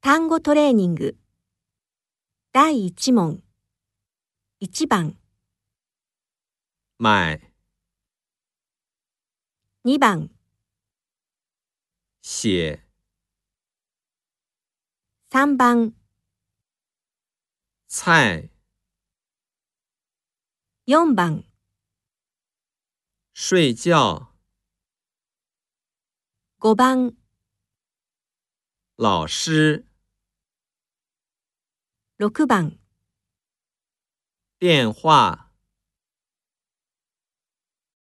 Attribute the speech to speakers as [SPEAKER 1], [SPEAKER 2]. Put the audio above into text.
[SPEAKER 1] 単語トレーニング。第1問。1番、
[SPEAKER 2] 买、
[SPEAKER 1] 2番、
[SPEAKER 2] 写、
[SPEAKER 1] 3番、
[SPEAKER 2] 菜、
[SPEAKER 1] 4番、
[SPEAKER 2] 睡觉、
[SPEAKER 1] 5番、
[SPEAKER 2] 老师、
[SPEAKER 1] 6番。
[SPEAKER 2] 电话。